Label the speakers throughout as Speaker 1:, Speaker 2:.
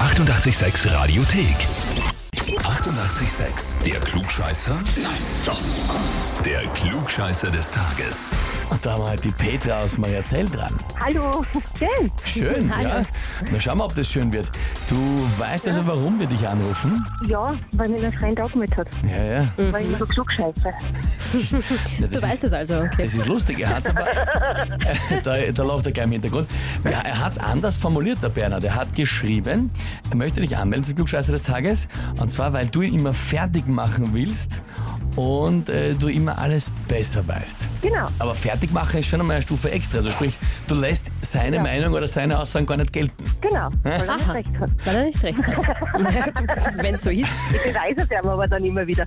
Speaker 1: 886 Radiothek. 88,6. Der Klugscheißer? Nein, doch. Der Klugscheißer des Tages.
Speaker 2: Und da haben wir halt die Petra aus Mariazell dran.
Speaker 3: Hallo, schön.
Speaker 2: Schön, ja. Na schauen wir, ob das schön wird. Du weißt also, warum wir dich anrufen?
Speaker 3: Ja, weil mir ein Freund auch mit hat,
Speaker 2: Ja, ja.
Speaker 3: weil ich so klug scheiße.
Speaker 2: Na, das
Speaker 4: Hm. Du weißt
Speaker 2: ist,
Speaker 4: es also, okay.
Speaker 2: Das ist lustig, er hat's aber. da, da läuft er gleich im Hintergrund. Ja, er hat's anders formuliert, der Bernhard. Er hat geschrieben, er möchte dich anmelden zum Klugscheißer des Tages. Und zwar, weil du ihn immer fertig machen willst und äh, du immer alles besser weißt.
Speaker 3: Genau.
Speaker 2: Aber fertig machen ist schon einmal eine Stufe extra. Also sprich, du lässt seine Meinung oder seine Aussagen gar nicht gelten.
Speaker 3: Genau, weil er nicht recht hat.
Speaker 4: Weil er nicht recht hat. Wenn es so ist.
Speaker 3: Ich beweise der aber dann immer wieder.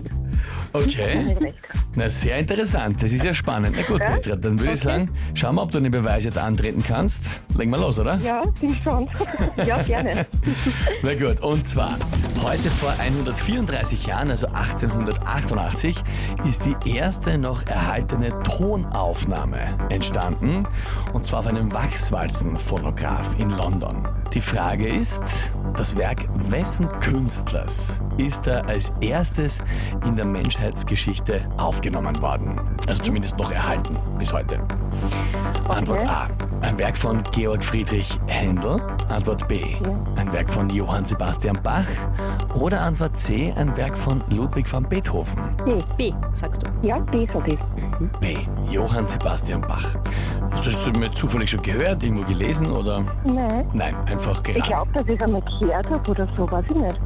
Speaker 2: Okay.
Speaker 3: Nicht recht.
Speaker 2: Na, sehr interessant. Das ist ja spannend. Na gut, Petra, dann würde ich sagen, schauen wir, ob du den Beweis jetzt antreten kannst. Legen wir los, oder?
Speaker 3: Ja, bin schon. Ja, gerne.
Speaker 2: Na gut, und zwar, heute vor 134 Jahren, also 1888, ist die erste noch erhaltene Tonaufnahme entstanden, und zwar auf einem Wachswalzenphonograph in London. Die Frage ist, das Werk wessen Künstlers ist da als erstes in der Menschheitsgeschichte aufgenommen worden? Also zumindest noch erhalten bis heute. Antwort A. Ah, Ein Werk von Georg Friedrich Händel. Antwort B. Ein Werk von Johann Sebastian Bach. Oder Antwort C. Ein Werk von Ludwig van Beethoven.
Speaker 3: B.
Speaker 4: B, sagst du.
Speaker 3: Ja, B so B.
Speaker 2: B. Johann Sebastian Bach. Hast du das mir zufällig schon gehört, irgendwo gelesen oder?
Speaker 3: Nein.
Speaker 2: Nein, einfach
Speaker 3: Ich
Speaker 2: geraten.
Speaker 3: glaube, dass ich einmal gehört habe oder so, weiß ich nicht.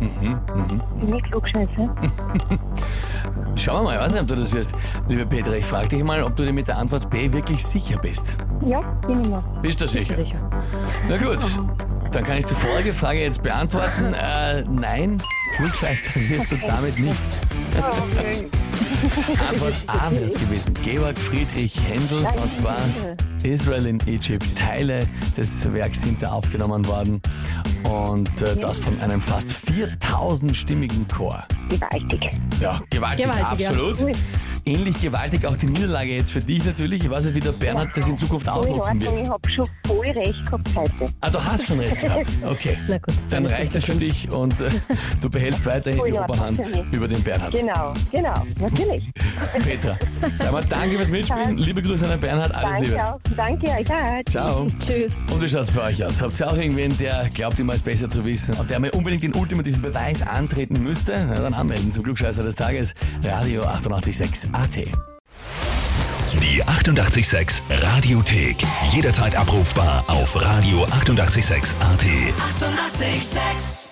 Speaker 3: Bin ich klug scheiße?
Speaker 2: Schauen wir mal, ich weiß nicht, ob du das wirst. Liebe Petra, ich frage dich mal, ob du dir mit der Antwort B wirklich sicher bist.
Speaker 3: Ja, bin ich mir.
Speaker 2: Bist du
Speaker 4: Bist du
Speaker 2: sicher?
Speaker 4: sicher?
Speaker 2: Na gut, dann kann ich die vorige Frage jetzt beantworten. Äh, nein, Klugscheißer wirst du damit nicht.
Speaker 4: Oh,
Speaker 2: Antwort A wäre es gewesen. Georg Friedrich Händel und zwar Israel in Egypt. Teile des Werks sind da aufgenommen worden und äh, das von einem fast 4000-stimmigen Chor.
Speaker 3: Gewaltig.
Speaker 2: Ja, gewaltig,
Speaker 4: Gewaltig, ja.
Speaker 2: absolut.
Speaker 3: Ui.
Speaker 2: Ähnlich gewaltig auch die Niederlage jetzt für dich natürlich. Ich weiß nicht, wie der Bernhard das in
Speaker 4: Oh,
Speaker 2: Zukunft
Speaker 3: So in
Speaker 2: ausnutzen
Speaker 3: Ordnung,
Speaker 2: wird.
Speaker 3: ich habe schon voll recht gehabt heute.
Speaker 2: Ah, du hast schon recht gehabt. Okay.
Speaker 4: Na gut, Oh
Speaker 2: Dann
Speaker 4: dann ist
Speaker 2: reicht es für dich und äh, du behältst weiterhin die
Speaker 3: Ja,
Speaker 2: Oberhand
Speaker 3: natürlich.
Speaker 2: über den Bernhard.
Speaker 3: Genau, genau, natürlich.
Speaker 4: Genau.
Speaker 2: Petra, sag mal danke fürs Mitspielen. Liebe Grüße an den Bernhard. Alles Liebe.
Speaker 3: Danke auch. Danke euch auch.
Speaker 2: Ciao.
Speaker 4: Tschüss.
Speaker 2: Und wie schaut's bei euch aus? Habt ihr auch irgendwen, der glaubt, immer es besser zu wissen und der mir unbedingt den ultimativen Beweis antreten müsste? Na, dann anmelden zum Glückscheißer des Tages. Radio 886 AT.
Speaker 1: Die 88,6 Radiothek. Jederzeit abrufbar auf radio886.at. 88,6.
Speaker 5: Eighty-eight, sex.